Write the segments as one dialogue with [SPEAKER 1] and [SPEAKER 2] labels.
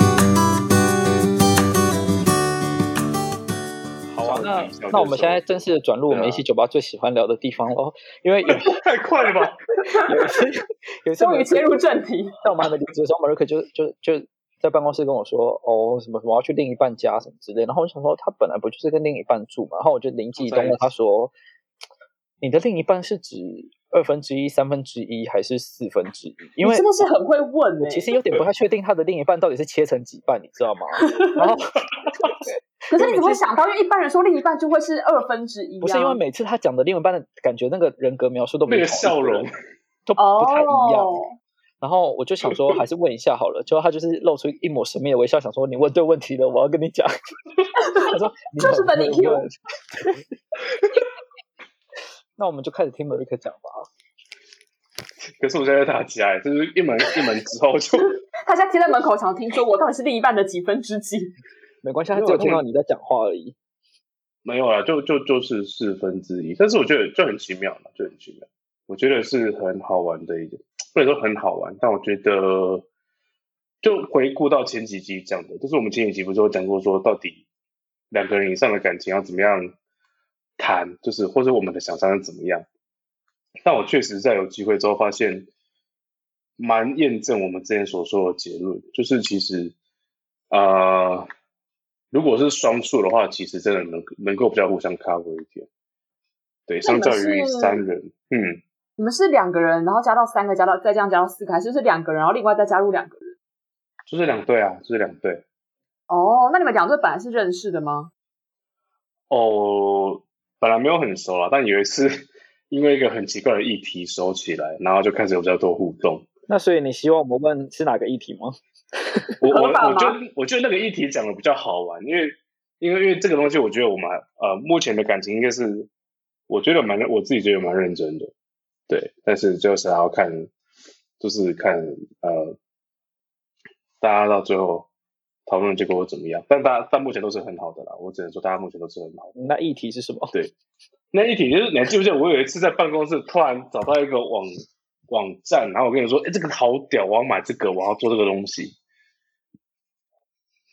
[SPEAKER 1] 的时候。
[SPEAKER 2] 啊那我们现在正式地转入我
[SPEAKER 1] 啊
[SPEAKER 2] 们一期酒吧最喜欢聊的地方喽，因为有
[SPEAKER 1] 太快了吧？
[SPEAKER 2] 有一次有一次
[SPEAKER 3] 终于切入正题，
[SPEAKER 2] 在我们还没离职的时候 m a r k 就就就在办公室跟我说，哦，什么什么我要去另一半家什么之类的。然后我想说，他本来不就是跟另一半住嘛？然后我就灵机一动问他说，你的另一半是指二分之一、三分之一还是四分之一？因为
[SPEAKER 3] 你真的是很会问欸
[SPEAKER 2] 我
[SPEAKER 3] 呢、
[SPEAKER 2] 其实有点不太确定他的另一半到底是切成几半，你知道吗？然后
[SPEAKER 3] 可是你怎么会想到？因为一般人说另一半就会是二分之一、啊，
[SPEAKER 2] 不是因为每次他讲的另一半的感觉，那个人格描述都不
[SPEAKER 1] 那个
[SPEAKER 2] 同
[SPEAKER 1] 笑容，
[SPEAKER 2] 都
[SPEAKER 3] 哦
[SPEAKER 2] 不太一样。然后我就想说，还是问一下好了。结果他就是露出一抹神秘的微笑，想说：“你问对问题了，我要跟你讲。” 他说：“
[SPEAKER 3] 就是
[SPEAKER 2] 很
[SPEAKER 3] 等你
[SPEAKER 2] 会
[SPEAKER 3] Q
[SPEAKER 2] 问。 那我们就开始听 m a r i k 讲吧。
[SPEAKER 1] 可是我现在在打起来，就是一门一门之后就
[SPEAKER 3] 他现在贴在门口，想听说我到底是另一半的几分之几？
[SPEAKER 2] 没关系，
[SPEAKER 1] 因
[SPEAKER 2] 他
[SPEAKER 1] 为
[SPEAKER 2] 只有
[SPEAKER 1] 我
[SPEAKER 2] 听
[SPEAKER 1] 听
[SPEAKER 2] 到你在讲话而已。
[SPEAKER 1] 没有了，就就就是四分之一。但是我觉得就很奇妙了，就很奇妙。我觉得是很好玩的一点，不能说很好玩，但我觉得就回顾到前几集讲的，就是我们前几集不是有讲过说，到底两个人以上的感情要怎么样谈，就是或者我们的想象是怎么样。但我确实在有机会之后发现，蛮验证我们之前所说的结论，就是其实，呃，如果是双数的话，其实真的能能够比较互相 cover 一点。对，
[SPEAKER 3] 那你
[SPEAKER 1] 相
[SPEAKER 3] 们
[SPEAKER 1] 较于
[SPEAKER 3] 是
[SPEAKER 1] 三人，嗯，
[SPEAKER 3] 你们是两个人，然后加到三个，加到再这样加到四个，还是是两个人，然后另外再加入两个人？
[SPEAKER 1] 就是两对啊，就是两对。
[SPEAKER 3] 哦，那你们两队本来是认识的吗？
[SPEAKER 1] 哦，本来没有很熟啊，但有一次 因为一个很奇怪的议题熟起来，然后就开始有比较多互动。
[SPEAKER 2] 那所以你希望我们问是哪个议题吗？
[SPEAKER 1] 我 我
[SPEAKER 3] 合法
[SPEAKER 1] 我
[SPEAKER 3] 吗
[SPEAKER 1] 觉得我觉得那个议题讲的比较好玩，因为因为因为这个东西，我觉得我们还呃目前的感情应该是，我觉得蛮我自己觉得蛮认真的，对，但是就是还要看，就是看呃大家到最后讨论结果会怎么样，但大家但目前都是很好的啦，我只能说大家目前都是很好的。
[SPEAKER 2] 那议题是什么？
[SPEAKER 1] 那一题就是，你还记不记得我有一次在办公室突然找到一个网网站，然后我跟你说，哎，这个好屌，我要买这个，我要做这个东西。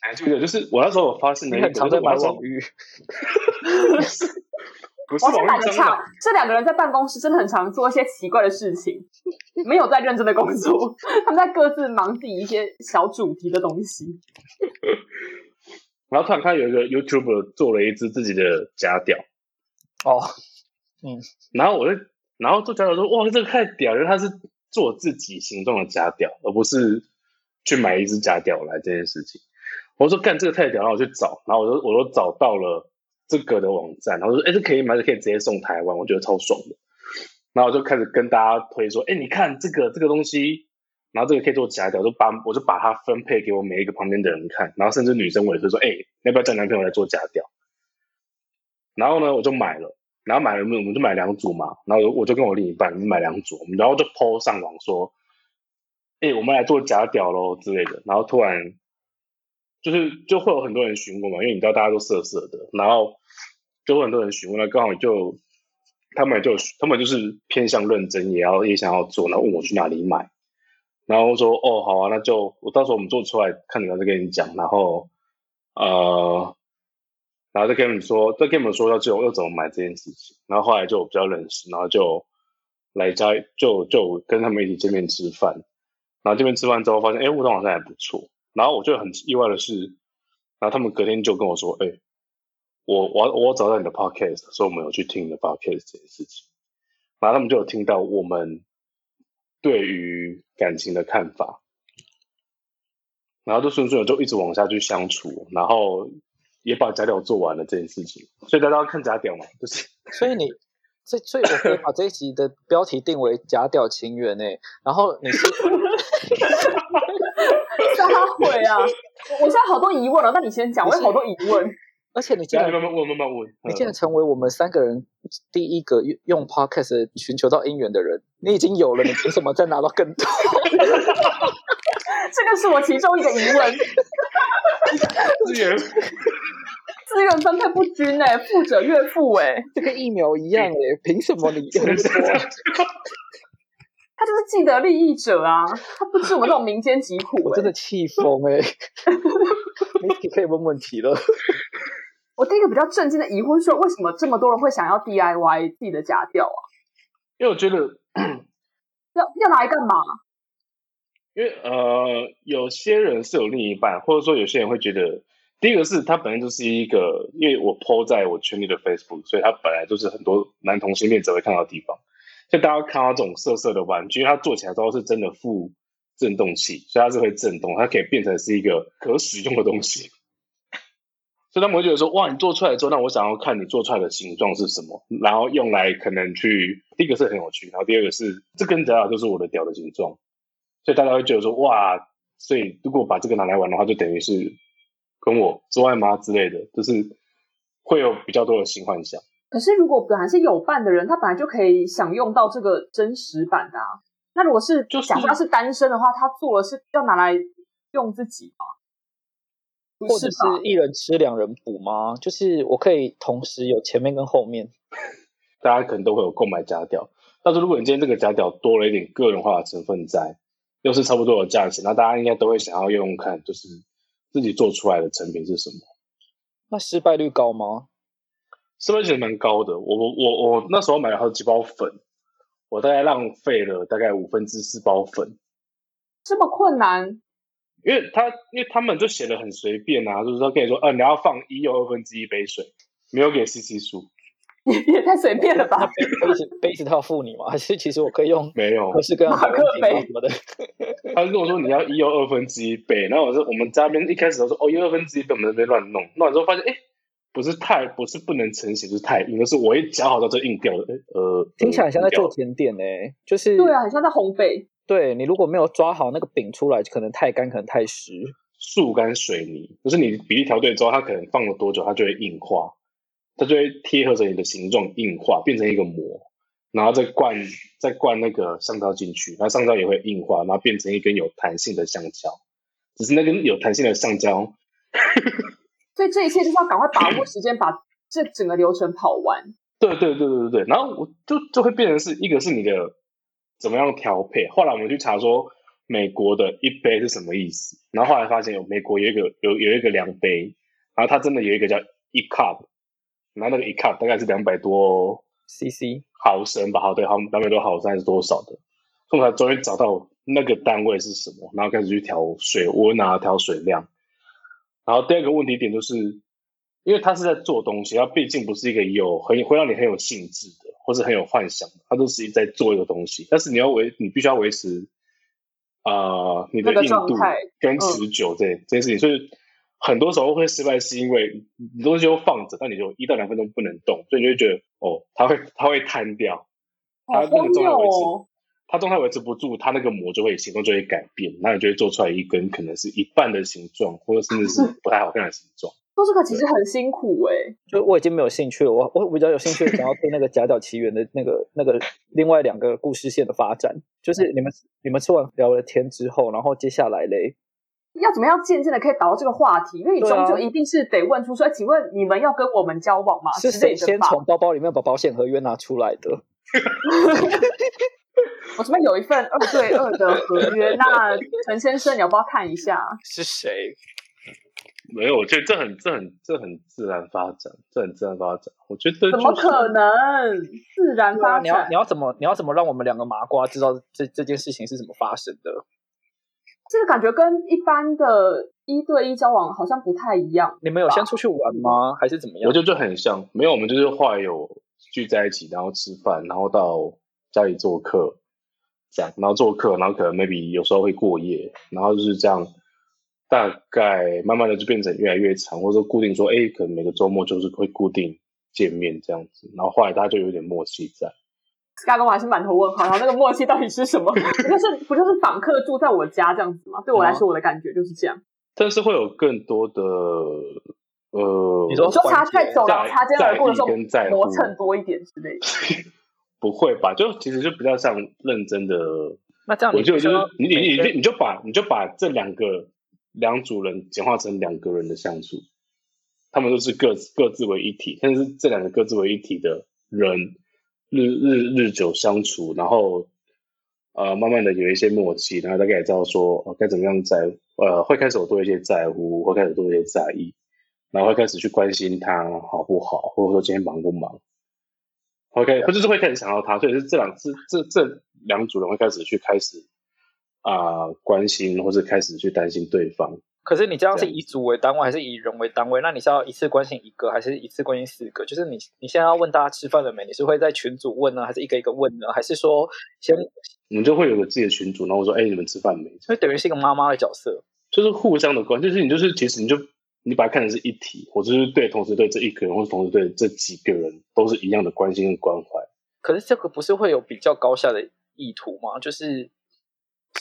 [SPEAKER 1] 你还记不记得？就是我那时候我发现了一
[SPEAKER 2] 你
[SPEAKER 1] 个，
[SPEAKER 2] 很常在
[SPEAKER 1] 买
[SPEAKER 2] 买网域，
[SPEAKER 1] 不是
[SPEAKER 3] 我先打
[SPEAKER 1] 网
[SPEAKER 3] 个
[SPEAKER 1] 站
[SPEAKER 3] 岔
[SPEAKER 1] 啊，，
[SPEAKER 3] 这两个人在办公室真的很常做一些奇怪的事情，没有在认真的工作， 他们在各自忙自己一些小主题的东西。
[SPEAKER 1] 然后突然看有一个 YouTuber 做了一只自己的假屌，
[SPEAKER 2] 哦，
[SPEAKER 1] 然后我就，然后做假屌说，哇，这个太屌了，因为他是做自己形状的假屌，而不是去买一只假屌来这件事情。我说干这个太屌，然后我去找，然后我就我都找到了这个的网站，然后说哎这可以买，这可以直接送台湾，我觉得超爽的。然后我就开始跟大家推说，哎你看这个这个东西，然后这个可以做假屌，就把我就把它分配给我每一个旁边的人看，然后甚至女生我也会说，哎要不要叫男朋友来做假屌？然后呢我就买了，然后买了我们我们就买两组嘛，然后我就跟我另一半我们买两组，我们然后就 PO 上网说，哎我们来做假屌喽之类的，然后突然。就是就会有很多人询问嘛，因为你知道大家都色色的，然后就会很多人询问，那刚好就他们就他们就是偏向认真，也要也想要做，然后问我去哪里买，然后我说哦好啊，那就我到时候我们做出来看你要再跟你讲，然后呃，然后再跟你们说，再跟你们说要最后要怎么买这件事情，然后后来就比较认识，然后就来家就就跟他们一起见面吃饭，然后这边吃完之后发现，哎，互动好像还不错。然后我就很意外的是，然后他们隔天就跟我说，哎，我我我找到你的 podcast，所以我们有去听你的 podcast 这件事情。然后他们就有听到我们对于感情的看法，然后就顺顺的就一直往下去相处，然后也把假屌做完了这件事情。所以大家要看假屌嘛，就是
[SPEAKER 2] 所以你，所以所以我可以把这一集的标题定为“假屌情缘”呢。然后你是
[SPEAKER 3] 撒会啊！我我现在好多疑问哦，那你先讲，我有好多疑问。
[SPEAKER 2] 而且你竟
[SPEAKER 1] 大
[SPEAKER 2] 然
[SPEAKER 1] 家慢慢问慢慢问。
[SPEAKER 2] 你竟然
[SPEAKER 1] 嗯
[SPEAKER 2] 成为我们三个人第一个用用 podcast 寻求到姻缘的人，你已经有了，你凭什么再拿到更多？
[SPEAKER 3] 这个是我其中一个疑问，
[SPEAKER 1] 资源
[SPEAKER 3] 资源分配不均哎、富者越富哎、
[SPEAKER 2] 这跟疫苗一样诶、凭什么你很多？
[SPEAKER 3] 他就是既得利益者啊，他不吃我们这种民间疾苦、
[SPEAKER 2] 我
[SPEAKER 3] 欸
[SPEAKER 2] 真。的气疯诶、你你可以问问题了。
[SPEAKER 3] 我第一个比较震惊的疑惑是，为什么这么多人会想要 DIY 自己的家调啊？
[SPEAKER 1] 因为我觉得，
[SPEAKER 3] 要要拿来干嘛？啊
[SPEAKER 1] 因为呃，有些人是有另一半，或者说有些人会觉得，第一个是他本来就是一个，因为我 PO 在我圈里的 Facebook，所以他本来就是很多男同性恋者会看到的地方，所以大家看到这种色色的玩具，因为它做起来之后是真的附震动器，所以它是会震动，它可以变成是一个可使用的东西。所以他们会觉得说，哇，你做出来之后，那我想要看你做出来的形状是什么，然后用来可能去，第一个是很有趣，然后第二个是这根屌屌就是我的屌的形状，所以大家会觉得说，哇，所以如果把这个拿来玩的话，就等于是跟我之外吗之类的，就是会有比较多的新幻想。
[SPEAKER 3] 可是如果本来是有伴的人，他本来就可以享用到这个真实版的啊。那如果是
[SPEAKER 1] 就是
[SPEAKER 3] 假设他是单身的话，他做了是要拿来用自己吗？不
[SPEAKER 2] 或
[SPEAKER 3] 是
[SPEAKER 2] 者
[SPEAKER 3] 吧？
[SPEAKER 2] 是一人吃两人补吗？就是我可以同时有前面跟后面。
[SPEAKER 1] 大家可能都会有购买假屌。但是如果你今天这个假屌多了一点个人化的成分在，又是差不多的价钱，那大家应该都会想要用用看，就是自己做出来的成品是什么。
[SPEAKER 2] 那失败率高吗？
[SPEAKER 1] 失败率蛮高的，我我我我那时候买了好几包粉，我大概浪费了大概五分之四包粉，
[SPEAKER 3] 这么困难，
[SPEAKER 1] 因为他因为他们就写的很随便啊，就是他跟你说，呃，你要放一又二分之一杯水，没有给 CC 数，
[SPEAKER 3] 也也太随便了
[SPEAKER 2] 那
[SPEAKER 3] 吧？
[SPEAKER 2] 杯杯子杯子他要付你吗？还是其实我可以用
[SPEAKER 1] 没有
[SPEAKER 2] 各，式各样的
[SPEAKER 3] 马克
[SPEAKER 2] 问题
[SPEAKER 3] 杯
[SPEAKER 2] 啊什么的？
[SPEAKER 1] 他就跟我说你要一又二分之一倍，然后我说我们家那边一开始都说哦一又二分之一倍，我们那边乱弄，弄完之后发现哎。诶不是太不是不能成型，就是太硬，就是我一夹好它就硬掉了。诶呃，
[SPEAKER 2] 听起来很像在
[SPEAKER 1] 硬掉
[SPEAKER 2] 做
[SPEAKER 1] 了
[SPEAKER 2] 甜点呢、就是
[SPEAKER 3] 对啊，很像在烘焙。
[SPEAKER 2] 对你如果没有抓好那个饼出来，可能太干，可能太湿。
[SPEAKER 1] 速干水泥，就是你比例调对之后，它可能放了多久，它就会硬化，它就会贴合着你的形状硬化，变成一个膜，然后再灌再灌那个橡胶进去，那橡胶也会硬化，然后变成一根有弹性的橡胶，只是那根有弹性的橡胶，
[SPEAKER 3] 所以这一切就是要赶快把握时间，把这整个流程跑完。
[SPEAKER 1] 对对对对对，然后我就就会变成是一个是你的怎么样调配，后来我们去查说美国的一杯是什么意思，然后后来发现有美国有一个有有一个量杯，然后它真的有一个叫一 cup，然后那个一 cup 大概是两百多
[SPEAKER 2] CC
[SPEAKER 1] 毫升吧，好对，好两百多毫升还是多少的，后来终于找到那个单位是什么，然后开始去调水温啊，调水量。然后第二个问题点就是，因为他是在做东西，他毕竟不是一个有很会让你很有兴致的，或是很有幻想的，他都是在做一个东西。但是你要维，你必须要维持，呃，你的
[SPEAKER 3] 那个
[SPEAKER 1] 硬
[SPEAKER 3] 状
[SPEAKER 1] 度
[SPEAKER 3] 态
[SPEAKER 1] 跟持久这、这件事情，所以很多时候会失败，是因为你东西就放着，但你就一到两分钟不能动，所以你就会觉得哦，它会它会瘫掉，
[SPEAKER 3] 好
[SPEAKER 1] 它那
[SPEAKER 3] 荒
[SPEAKER 1] 个状态
[SPEAKER 3] 谬
[SPEAKER 1] 维持
[SPEAKER 3] 哦！
[SPEAKER 1] 它状态维持不住，它那个膜就会形状就会改变，那你就会做出来一根可能是一半的形状，或者甚至是不太好看的形状。
[SPEAKER 3] 做这个其实很辛苦哎、
[SPEAKER 2] 就我已经没有兴趣了，我我比较有兴趣想要对那个《夹角奇缘》的那个那个另外两个故事线的发展，就是你们你们吃完聊了天之后，然后接下来嘞，
[SPEAKER 3] 要怎么样渐渐的可以导到这个话题？因为你
[SPEAKER 2] 对啊
[SPEAKER 3] 终究一定是得问出说，哎请问你们要跟我们交往吗？
[SPEAKER 2] 是
[SPEAKER 3] 之类
[SPEAKER 2] 谁
[SPEAKER 3] 的
[SPEAKER 2] 先
[SPEAKER 3] 吧。
[SPEAKER 2] 从包包里面把保险合约拿出来的？
[SPEAKER 3] 我这边有一份二对二的合约，那陈先生你要不要看一 下？
[SPEAKER 2] 是谁？
[SPEAKER 1] 没有，我觉得这很这很这很自然发展，这很自然发展。我觉得、就是、
[SPEAKER 3] 怎么可能自然
[SPEAKER 2] 对啊，
[SPEAKER 3] 发
[SPEAKER 2] 你要
[SPEAKER 3] 展
[SPEAKER 2] 你？要怎么你要怎么让我们两个麻瓜知道这这件事情是怎么发生的？
[SPEAKER 3] 这个感觉跟一般的一对一交往好像不太一样。
[SPEAKER 2] 你们有先出去玩吗？还是怎么样
[SPEAKER 1] 我？觉得就很像，没有，我们就是后来有聚在一起，然后吃饭，然后到家里做客，这样，然后做客，然后可能 maybe 有时候会过夜，然后就是这样，大概慢慢的就变成越来越长，或者说固定说，哎，可能每个周末就是会固定见面这样子，然后后来大家就有点默契在。
[SPEAKER 3] Sky 跟我还是满头问号，然后那个默契到底是什么？不就是不就是访客住在我家这样子吗？对我来说，我的感觉就是这样。
[SPEAKER 1] 但是会有更多的呃，
[SPEAKER 2] 你说
[SPEAKER 3] 你说插在走廊
[SPEAKER 1] 在
[SPEAKER 3] 擦肩而过的时候
[SPEAKER 1] 在意跟在，乎
[SPEAKER 3] 磨蹭多一点之类的。
[SPEAKER 1] 不会吧？就其实就比较像认真的，
[SPEAKER 2] 那这样
[SPEAKER 1] 我
[SPEAKER 2] 你
[SPEAKER 1] 觉得
[SPEAKER 2] 需
[SPEAKER 1] 就是
[SPEAKER 2] 要
[SPEAKER 1] 你你
[SPEAKER 2] 每
[SPEAKER 1] 你就
[SPEAKER 2] 天
[SPEAKER 1] 你就把你就把这两个两组人简化成两个人的相处，他们都是各自各自为一体，但是这两个各自为一体的人日日日久相处，然后呃慢慢的有一些默契，然后大概也知道说、呃、该怎么样在呃会开始有多一些在乎，会开始多一些在意，然后会开始去关心他好不好，或者说今天忙不忙。OK，他就是会开始想到他，所以是这两这这这两组人会开始去开始啊、关心，或者开始去担心对方。
[SPEAKER 2] 可是你这样
[SPEAKER 1] 这
[SPEAKER 2] 是
[SPEAKER 1] 样
[SPEAKER 2] 以组为单位还是以人为单位？那你是要一次关心一个，还是一次关心四个？就是你你现在要问大家吃饭了没？你是会在群组问呢，还是一个一个问呢？还是说先
[SPEAKER 1] 我们就会有个自己的群组，然后我说：“哎、你们吃饭没？”
[SPEAKER 2] 就等于是一个妈妈的角色？
[SPEAKER 1] 就是互相的关，就是你就是其实你就你把它看成是一体，我就是对同时对这一个人，或是同时对这几个人都是一样的关心跟关怀。
[SPEAKER 2] 可是这个不是会有比较高下的意图吗？就是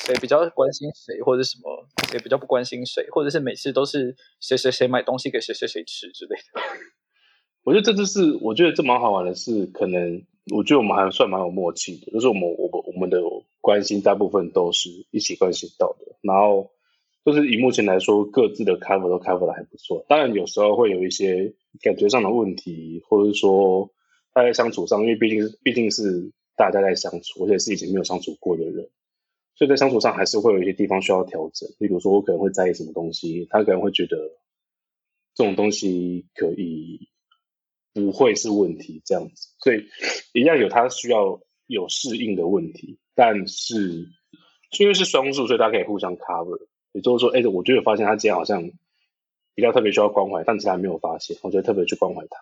[SPEAKER 2] 谁比较关心谁，或者什么谁比较不关心谁，或者是每次都是谁谁谁买东西给谁谁谁吃之类的。
[SPEAKER 1] 我觉得这就是我觉得这蛮好玩的是，可能我觉得我们还算蛮有默契的，就是我们我们我们的关心大部分都是一起关心到的，然后就是以目前来说，各自的 cover 都 cover 的还不错。当然有时候会有一些感觉上的问题，或者是说大家相处上，因为毕竟是毕竟是大家在相处，而且是以前没有相处过的人。所以在相处上还是会有一些地方需要调整，例如说我可能会在意什么东西，他可能会觉得这种东西可以不会是问题这样子，所以一样有他需要有适应的问题，但是因为是双数，所以大家可以互相 cover。也就是说，哎、我就有发现他今天好像比较特别需要关怀，但其他人没有发现，我就特别去关怀他。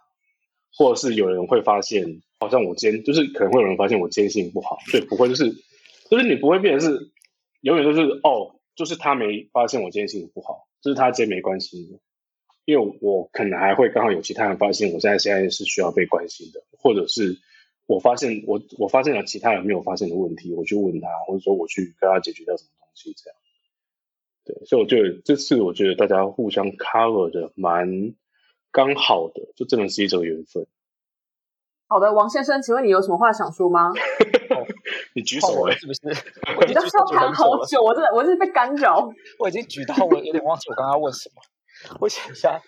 [SPEAKER 1] 或者是有人会发现，好像我今天就是可能会有人发现我今天心情不好，所以不会就是就是你不会变成是永远都是哦，就是他没发现我今天心情不好，就是他今天没关心我，因为我可能还会刚好有其他人发现我现在现在是需要被关心的，或者是我发现我我发现了其他人没有发现的问题，我去问他，或者说我去跟他解决掉什么东西这样。对，所以我觉得这次我觉得大家互相 cover 的蛮刚好的，就真的是一种缘分。
[SPEAKER 3] 好的，王先生，请问你有什么话想说吗？
[SPEAKER 1] 你举
[SPEAKER 2] 换
[SPEAKER 1] 手
[SPEAKER 2] 我
[SPEAKER 1] 哎、
[SPEAKER 2] 了 哦是不是？我已
[SPEAKER 3] 你
[SPEAKER 2] 经
[SPEAKER 3] 都
[SPEAKER 2] 举
[SPEAKER 3] 是要
[SPEAKER 2] 手举
[SPEAKER 3] 谈
[SPEAKER 2] 很久
[SPEAKER 3] 好啊
[SPEAKER 2] 了，
[SPEAKER 3] 久，我真的我是被干扰。
[SPEAKER 2] 我已经举到我有点忘记我刚刚问什么。我想一下，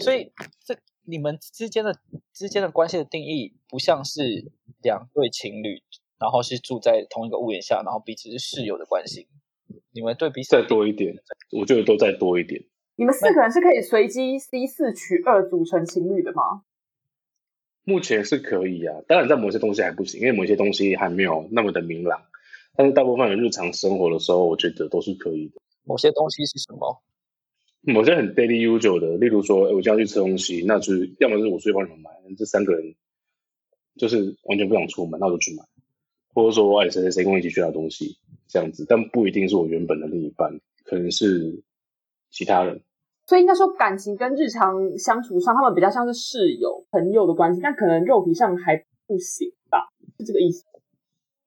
[SPEAKER 2] 所以这你们之间的之间的关系的定义，不像是两对情侣，然后是住在同一个屋檐下，然后彼此是室友的关系。你们对彼此的
[SPEAKER 1] 再多一点，我觉得都再多一点。
[SPEAKER 3] 你们四个人是可以随机 C 四取二组成情侣的吗？
[SPEAKER 1] 目前是可以啊，当然在某些东西还不行，因为某些东西还没有那么的明朗。但是大部分人日常生活的时候，我觉得都是可以的。
[SPEAKER 2] 某些东西是什么？
[SPEAKER 1] 某些很 daily usual 的，例如说，哎，我今天要去吃东西，那就是要么就是我出去帮你们买，这三个人就是完全不想出门，那我就去买，或者说，哎，谁谁谁跟我一起去拿东西这样子，但不一定是我原本的另一半，可能是其他人。
[SPEAKER 3] 所以应该说感情跟日常相处上，他们比较像是室友、朋友的关系，但可能肉体上还不行吧，是这个意思。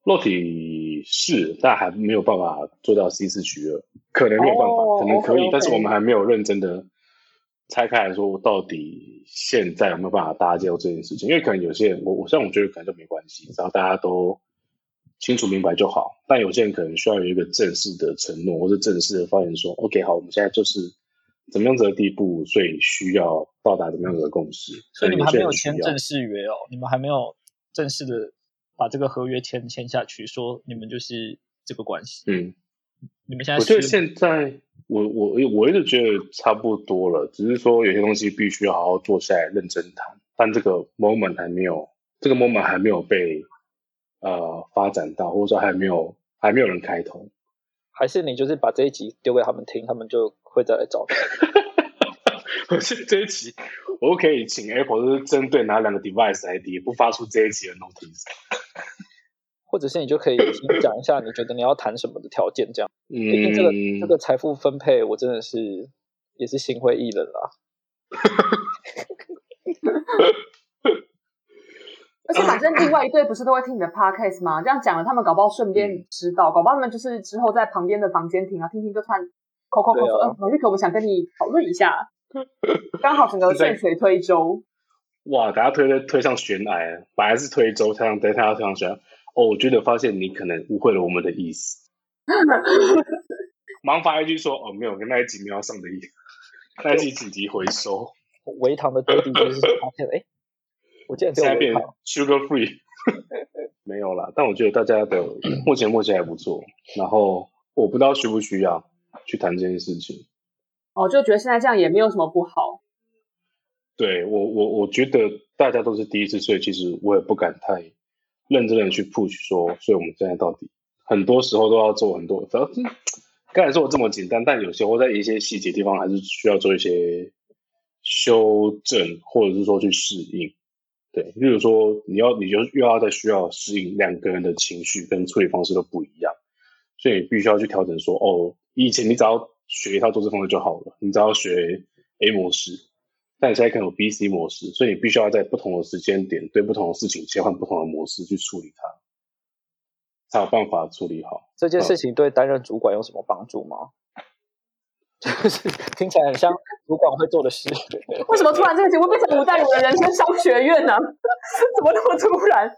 [SPEAKER 1] 肉体是，但还没有办法做到 C 四取二，可能没有办法，
[SPEAKER 3] 哦
[SPEAKER 1] 可能可以
[SPEAKER 3] OK，OK
[SPEAKER 1] 但是我们还没有认真的拆开来说，我到底现在有没有办法搭建这件事情？因为可能有些人，我我像我觉得可能就没关系，只要大家都清楚明白就好。但有些人可能需要有一个正式的承诺，或者正式的发言说，OK，好，我们现在就是怎么样子的地步，所以需要到达怎么样子的共识。
[SPEAKER 2] 所以你们还
[SPEAKER 1] 可
[SPEAKER 2] 没
[SPEAKER 1] 能
[SPEAKER 2] 有
[SPEAKER 1] 些人需
[SPEAKER 2] 签
[SPEAKER 1] 要
[SPEAKER 2] 正式约哦，你们还没有正式的把这个合约签签下去，说你们就是这个关系。
[SPEAKER 1] 嗯，
[SPEAKER 2] 你们现在
[SPEAKER 1] 我觉得
[SPEAKER 2] 是
[SPEAKER 1] 现在我我我一直觉得差不多了，只是说有些东西必须要好好坐下来认真谈，但这个 moment 还没有，这个 moment 还没有被呃发展到，或者说还没有还没有人开头。
[SPEAKER 2] 还是你就是把这一集丢给他们听，他们就会再来找你。
[SPEAKER 1] 我觉得这一期我可以请 Apple 就是针对哪两个 device ID 不发出这一期的 notice。
[SPEAKER 2] 或者是你就可以先讲一下，你觉得你要谈什么的条件，这样。毕竟这个、
[SPEAKER 1] 嗯，
[SPEAKER 2] 这个财富分配，我真的是也是心灰意冷啦。
[SPEAKER 3] 而
[SPEAKER 2] 嗯
[SPEAKER 3] 且反正另外一对不是都会听你的 podcast 吗？这样讲了，他们搞不好顺
[SPEAKER 2] 嗯
[SPEAKER 3] 便知道，搞不好他们就是之后在旁边的房间听啊，听听就突然口口口说，
[SPEAKER 2] 对啊
[SPEAKER 3] 嗯，瑞克，我们想跟你讨论一下，刚好整 个顺水推舟。
[SPEAKER 1] 哇，大家推推推上悬崖，本来是推舟，推上推他推上悬崖。哦，我觉得发现你可能误会了我们的意思。忙发一句说：“哦，没有，跟那一集没有要上的意思，那一集紧急回收，
[SPEAKER 2] 维唐的弟弟就是发现，哎，我竟然只
[SPEAKER 1] 现
[SPEAKER 2] 有
[SPEAKER 1] 在
[SPEAKER 2] 维
[SPEAKER 1] 变
[SPEAKER 2] 唐，
[SPEAKER 1] sugar free。”没有啦，但我觉得大家的目前默契还不错。然后我不知道需不需要去谈这件事情。
[SPEAKER 3] 哦，就觉得现在这样也没有什么不好。
[SPEAKER 1] 对我我我觉得大家都是第一次睡，其实我也不敢太认真的去 push 说，所以我们现在到底很多时候都要做很多。反正刚才说的这么简单，但有时候在一些细节地方还是需要做一些修正，或者是说去适应。对，例如说你要你就又要再需要适应两个人的情绪跟处理方式都不一样，所以你必须要去调整说，哦，以前你只要学一套做事方式就好了，你只要学 A 模式。但你现在可能有 B、C 模式，所以你必须要在不同的时间点对不同的事情切换不同的模式去处理它，才有办法处理好
[SPEAKER 2] 这件事情对担任主管有什么帮助吗？ 就是听起来很像主管会做的事。
[SPEAKER 3] 为什么突然这个节目变成五代友的人生商学院呢、 怎么那么突然？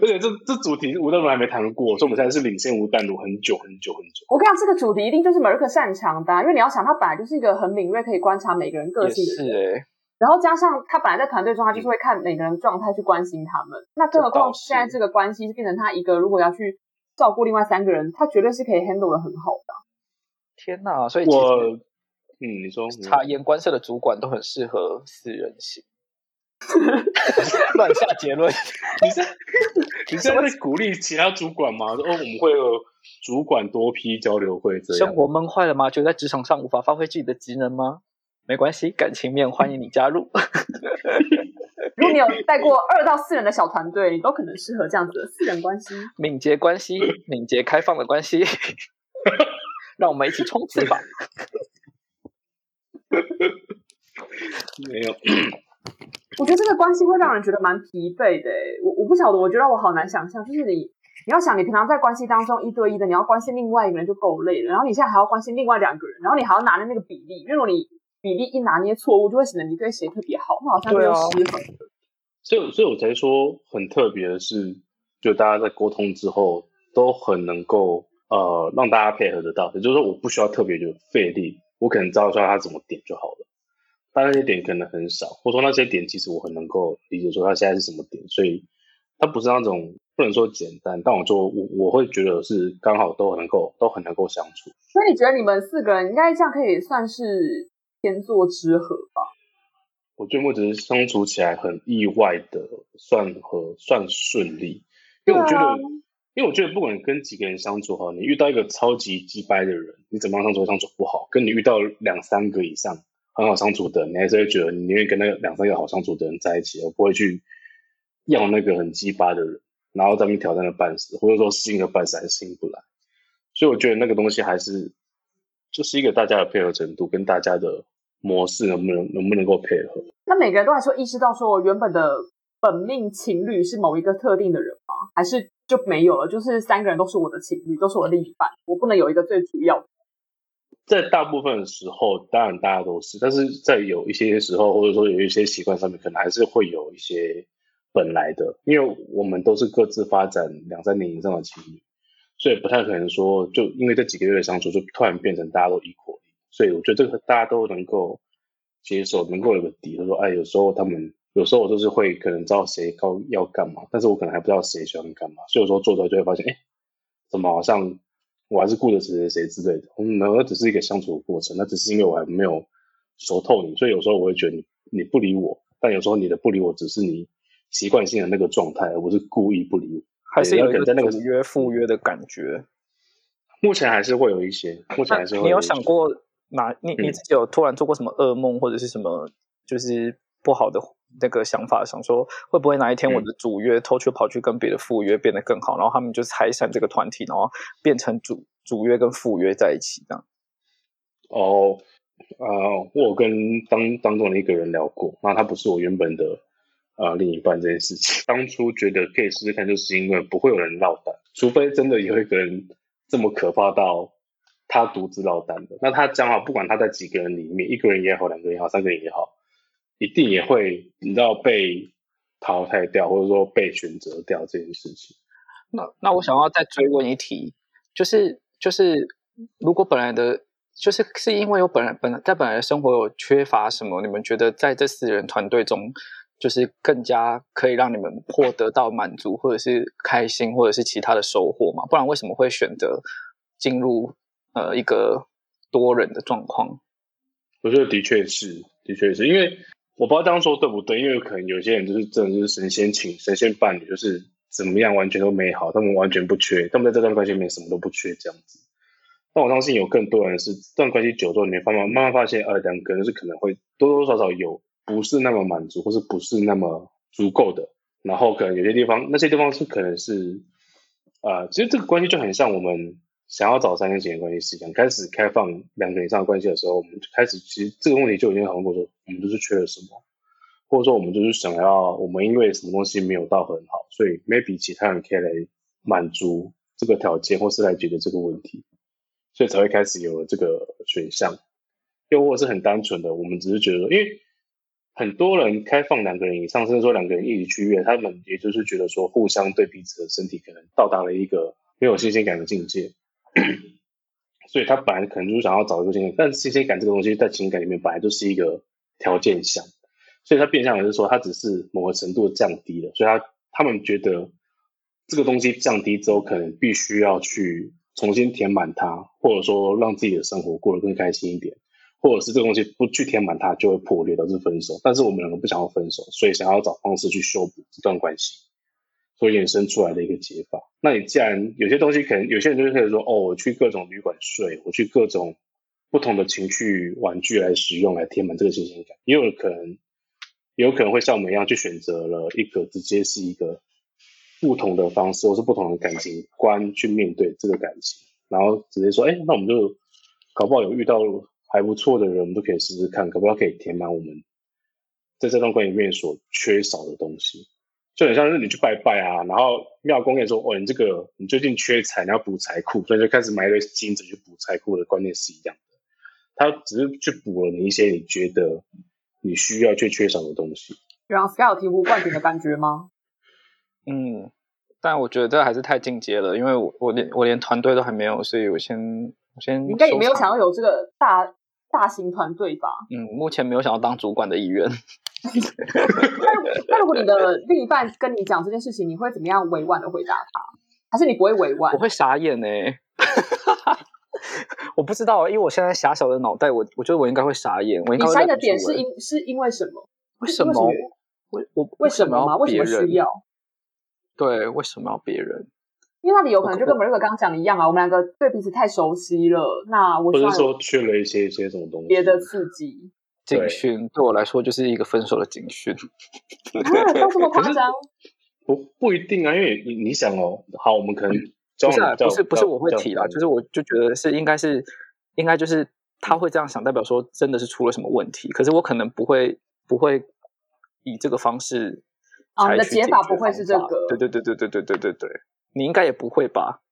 [SPEAKER 1] 而且这这主题吴淡如还没谈过，所以我们现在是领先吴淡如很久很久很久。
[SPEAKER 3] 我跟你讲，这个主题一定就是 m 瑞克擅长的啊、因为你要想，他本来就是一个很敏锐可以观察每个人个
[SPEAKER 2] 也
[SPEAKER 3] 性的人，
[SPEAKER 2] 是哎、
[SPEAKER 3] 然后加上他本来在团队中，他就是会看每个人的状态去关心他们。那更何
[SPEAKER 2] 嗯这
[SPEAKER 3] 况
[SPEAKER 2] 倒是
[SPEAKER 3] 现在这个关系是变成他一个如果要去照顾另外三个人，他绝对是可以 handle 的很好的啊。
[SPEAKER 2] 天哪！所以其
[SPEAKER 1] 我，
[SPEAKER 2] 实
[SPEAKER 1] 嗯，你说，你说
[SPEAKER 2] 察言观色的主管都很适合私人型。 乱下结论，
[SPEAKER 1] 你是你 现在在鼓励其他主管吗？说哦，我们会有主管多批交流会这
[SPEAKER 2] 生
[SPEAKER 1] 样。
[SPEAKER 2] 活闷坏了吗？觉得在职场上无法发挥自己的职能吗？没关系，感情面欢迎你加入。
[SPEAKER 3] 如果你有带过二到四人的小团队，你都可能适合这样子的四人关系。
[SPEAKER 2] 敏捷关系，敏捷开放的关系， 让我们一起冲刺 吧！
[SPEAKER 1] 没有，
[SPEAKER 3] 我觉得这个关系会让人觉得蛮疲惫的欸。我我不晓得，我觉得我好难想象，就是你你要想，你平常在关系当中一对一的，你要关心另外一个人就够累了，然后你现在还要关心另外两个人，然后你还要拿捏那个比例，因为如果你比例一拿捏错误，就会显得你对谁特别好，那好像就
[SPEAKER 2] 对
[SPEAKER 3] 有
[SPEAKER 2] 啊
[SPEAKER 3] 失衡。
[SPEAKER 1] 所以所以我才说很特别的是，就大家在沟通之后都很能够呃让大家配合得到，也就是说我不需要特别就费力，我可能知道说他怎么点就好了。但那些点可能很少，或者说那些点其实我很能够理解说他现在是什么点，所以它不是那种不能说简单，但我就我我会觉得是刚好都能够都很能够相处。
[SPEAKER 3] 所以你觉得你们四个人应该这样可以算是天作之合吧？
[SPEAKER 1] 我最后只是相处起来很意外的算和算顺利，因
[SPEAKER 3] 对
[SPEAKER 1] 为我
[SPEAKER 3] 啊
[SPEAKER 1] 觉得，因为我觉得不管跟几个人相处哈，你遇到一个超级鸡掰的人，你怎么样相处都相处不好，跟你遇到两三个以上很好相处的，你还是会觉得你宁愿跟那个两三个好相处的人在一起，而不会去要那个很鸡巴的人，然后咱们挑战了半死，或者说适应了半死还是适应不来。所以我觉得那个东西还是就是一个大家的配合程度跟大家的模式能不能能不能够配合。
[SPEAKER 3] 那每个人都还说意识到说我原本的本命情侣是某一个特定的人吗？还是就没有了？就是三个人都是我的情侣，都是我的另一半，我不能有一个最主要的。
[SPEAKER 1] 在大部分的时候，当然大家都是，但是在有一些时候，或者说有一些习惯上面，可能还是会有一些本来的，因为我们都是各自发展两三年以上的情侣，所以不太可能说就因为这几个月的相处，就突然变成大家都 equal，所以我觉得这个大家都能够接受，能够有个底，就是说哎，有时候他们。有时候我就是会可能知道谁高要干嘛，但是我可能还不知道谁喜欢干嘛，所以有时候做出来就会发现，哎、怎么好像我还是顾着谁谁谁之类的。嗯，那只是一个相处的过程，那只是因为我还没有熟透你，所以有时候我会觉得你你不理我，但有时候你的不理我只是你习惯性的那个状态，而不是故意不理我。
[SPEAKER 2] 还是有一
[SPEAKER 1] 对那可能在那
[SPEAKER 2] 个
[SPEAKER 1] 个
[SPEAKER 2] 主约赴约的感觉。
[SPEAKER 1] 目前还是会有一些，目前
[SPEAKER 2] 那
[SPEAKER 1] 还是会
[SPEAKER 2] 啊你
[SPEAKER 1] 有
[SPEAKER 2] 有
[SPEAKER 1] 一些
[SPEAKER 2] 想过哪？你你
[SPEAKER 1] 嗯
[SPEAKER 2] 自己有突然做过什么噩梦，或者是什么就是不好的那个想法？想说会不会哪一天我
[SPEAKER 1] 嗯
[SPEAKER 2] 的主约偷去跑去跟别的副约变得更好，然后他们就拆散这个团体，然后变成主主约跟副约在一起这样？
[SPEAKER 1] 哦，呃，我有跟当当中的一个人聊过，那他不是我原本的呃另一半这件事情。 当初觉得可以试试看，就是因为不会有人落单，除非真的有一个人这么可怕到他独自落单的。那他将好，不管他在几个人里面，一个人也好，两个人也好，三个人也好，一定也会你知道被淘汰掉，或者说被选择掉这件事情。
[SPEAKER 2] 那那我想要再追问一题，就是就是如果本来的，就是是因为有本来本来在本来的生活有缺乏什么，你们觉得在这四人团队中，就是更加可以让你们获得到满足，或者是开心，或者是其他的收获嘛？不然为什么会选择进入呃一个多人的状况？
[SPEAKER 1] 我觉得的确是，的确是因为我不知道这样说对不对，因为可能有些人就是真的就是神仙情、神仙伴侣，就是怎么样完全都美好，他们完全不缺，他们在这段关系里面什么都不缺这样子。但我相信有更多人是这段关系久之后，你会慢慢慢慢发现，呃，两个人是可能会多多少少有不是那么满足，或是不是那么足够的，然后可能有些地方那些地方是可能是，呃，其实这个关系就很像我们想要找三年前的关系是一样，开始开放两个以上的关系的时候，我们就开始其实这个问题就已经讨论过说，我们就是缺了什么，或者说我们就是想要我们因为什么东西没有到很好，所以 maybe 其他人可以来满足这个条件，或是来解决这个问题，所以才会开始有了这个选项，又或者是很单纯的，我们只是觉得说，因为。很多人开放两个人以上，甚至说两个人一起去约，他们也就是觉得说，互相对彼此的身体可能到达了一个没有新鲜感的境界， 所以他本来可能就是想要找一个新鲜感，但新鲜感这个东西在情感里面本来就是一个条件项，所以他变相就是说，他只是某个程度降低了，所以他他们觉得这个东西降低之后，可能必须要去重新填满它，或者说让自己的生活过得更开心一点。或者是这个东西不去填满它，就会破裂，导致分手。但是我们两个不想要分手，所以想要找方式去修补这段关系，所以衍生出来的一个解法。那你既然有些东西可能有些人就可以说，哦，我去各种旅馆睡，我去各种不同的情趣玩具来使用，来填满这个新鲜感。也有可能，也有可能会像我们一样去选择了一个直接是一个不同的方式，或是不同的感情观去面对这个感情，然后直接说，哎，那我们就搞不好有遇到。还不错的人，我们都可以试试看，可不可以填满我们在这段关系里面所缺少的东西？就很像是你去拜拜啊，然后庙公跟你说：“哦，你这个你最近缺财，你要补财库。”所以就开始买一堆金子去补财库的观念是一样的。他只是去补了你一些你觉得你需要却缺少的东西。
[SPEAKER 3] 让 Sky 有醍醐灌顶的感觉吗？
[SPEAKER 2] 嗯，但我觉得这还是太进阶了，因为我我连我连团队都还没有，所以我先我先
[SPEAKER 3] 你应该也没有
[SPEAKER 2] 收
[SPEAKER 3] 想
[SPEAKER 2] 藏
[SPEAKER 3] 要有这个大大型团队吧？
[SPEAKER 2] 嗯，目前没有想要当主管的意愿。
[SPEAKER 3] 那那如果你的另一半跟你讲这件事情，你会怎么样委婉的回答他？还是你不会委婉
[SPEAKER 2] 我？会傻眼呢、 我不知道，因为我现在狭小的脑袋，我我觉得我应该会傻眼，我应
[SPEAKER 3] 你
[SPEAKER 2] 该会
[SPEAKER 3] 下一
[SPEAKER 2] 忍
[SPEAKER 3] 个
[SPEAKER 2] 不
[SPEAKER 3] 点
[SPEAKER 2] 住
[SPEAKER 3] 是
[SPEAKER 2] 欸
[SPEAKER 3] 因是因为什么？
[SPEAKER 2] 为什
[SPEAKER 3] 为
[SPEAKER 2] 么？为我
[SPEAKER 3] 为什么
[SPEAKER 2] 么
[SPEAKER 3] 吗？
[SPEAKER 2] 要
[SPEAKER 3] 为什
[SPEAKER 2] 别
[SPEAKER 3] 么需
[SPEAKER 2] 人？
[SPEAKER 3] 要？
[SPEAKER 2] 对，为什么要别人？
[SPEAKER 3] 因为那里有可
[SPEAKER 2] 哦
[SPEAKER 3] 能就跟 m a r i 刚刚讲的一样啊，我们两个对彼此太熟悉了。那我
[SPEAKER 1] 或
[SPEAKER 3] 需
[SPEAKER 1] 者
[SPEAKER 3] 要
[SPEAKER 1] 是
[SPEAKER 3] 有
[SPEAKER 1] 说缺了一些一些什么东西？
[SPEAKER 3] 别的刺激
[SPEAKER 2] 警
[SPEAKER 1] 对
[SPEAKER 2] 讯对我来说就是一个分手的警讯。
[SPEAKER 3] 啊，到 这么夸张？
[SPEAKER 1] 不不一定啊，因为你你想哦，好，我们可能交
[SPEAKER 2] 不是
[SPEAKER 1] 往
[SPEAKER 2] 啊
[SPEAKER 1] 比较
[SPEAKER 2] 不是不是我会提啦，就是我就觉得是应该是应该就是
[SPEAKER 3] 嗯
[SPEAKER 2] 他会这样想，代表说真的是出了什么问题。可是我可能不会不会以这个方式
[SPEAKER 3] 哦你
[SPEAKER 2] 采
[SPEAKER 3] 的
[SPEAKER 2] 取
[SPEAKER 3] 解
[SPEAKER 2] 解
[SPEAKER 3] 法
[SPEAKER 2] 决
[SPEAKER 3] 不会
[SPEAKER 2] 方
[SPEAKER 3] 是这
[SPEAKER 2] 法
[SPEAKER 3] 个
[SPEAKER 2] 对对对对对对对对对，你应该也不会吧？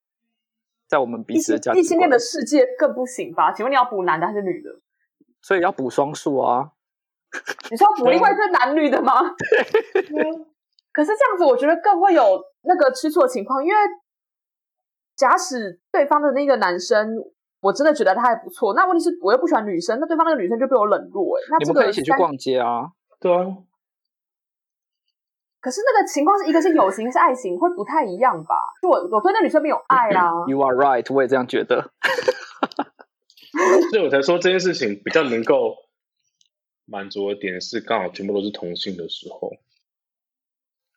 [SPEAKER 2] 在我们彼
[SPEAKER 3] 异
[SPEAKER 2] 此
[SPEAKER 3] 性
[SPEAKER 2] 的价值
[SPEAKER 3] 异性恋
[SPEAKER 2] 观
[SPEAKER 3] 的世界更不行吧？请问你要补男的还是女的？
[SPEAKER 2] 所以要补双数啊。
[SPEAKER 3] 你说补另外一对男女的 吗？ 嗯，可是这样子，我觉得更会有那个吃醋的情况，因为假使对方的那个男生，我真的觉得他还不错，那问题是我又不喜欢女生，那对方那个女生就被我冷落、欸，那
[SPEAKER 2] 你
[SPEAKER 3] 这
[SPEAKER 2] 们
[SPEAKER 3] 个
[SPEAKER 2] 可以一起去
[SPEAKER 3] 三
[SPEAKER 2] 逛街啊。
[SPEAKER 1] 对啊，
[SPEAKER 3] 可是那个情况是一个是友情，一个是爱情，会不太一样吧？就我我对那女生没有爱啊，
[SPEAKER 2] You are right，我也这样觉得。
[SPEAKER 1] 所以我才说这件事情比较能够满足的点是，刚好全部都是同性的时候，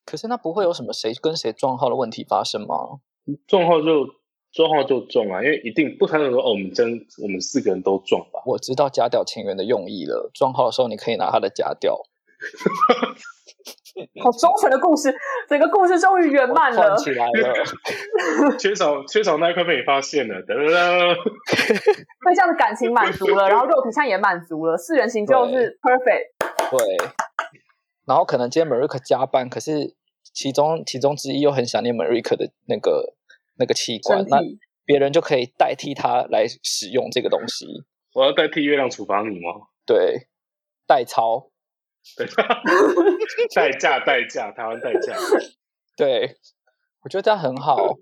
[SPEAKER 2] 可是那不会有什么谁跟谁撞号的问题发生吗？
[SPEAKER 1] 撞号就撞号就撞啊，因为一定不可能说哦，我们真我们四个人都撞吧，
[SPEAKER 2] 我知道假屌情缘的用意了，撞号的时候你可以拿他的假屌，
[SPEAKER 3] 好忠诚的故事，整个故事终于圆满了
[SPEAKER 2] 串。起来了。
[SPEAKER 1] 缺少缺少那一块被你发现了，噔噔噔，
[SPEAKER 3] 被这样的感情满足了，然后肉体上也满足了，四人行就是 perfect。
[SPEAKER 2] 对，然后可能今天 Marika 加班，可是其中其中之一又很想念 Marika 的那个那个器官
[SPEAKER 3] 身，
[SPEAKER 2] 那
[SPEAKER 3] 体
[SPEAKER 2] 别人就可以代替他来使用这个东西，
[SPEAKER 1] 我要代替月亮处罚你 吗？
[SPEAKER 2] 对，代操，
[SPEAKER 1] 对，代驾代驾，台湾代驾，
[SPEAKER 2] 对我觉得这样很好。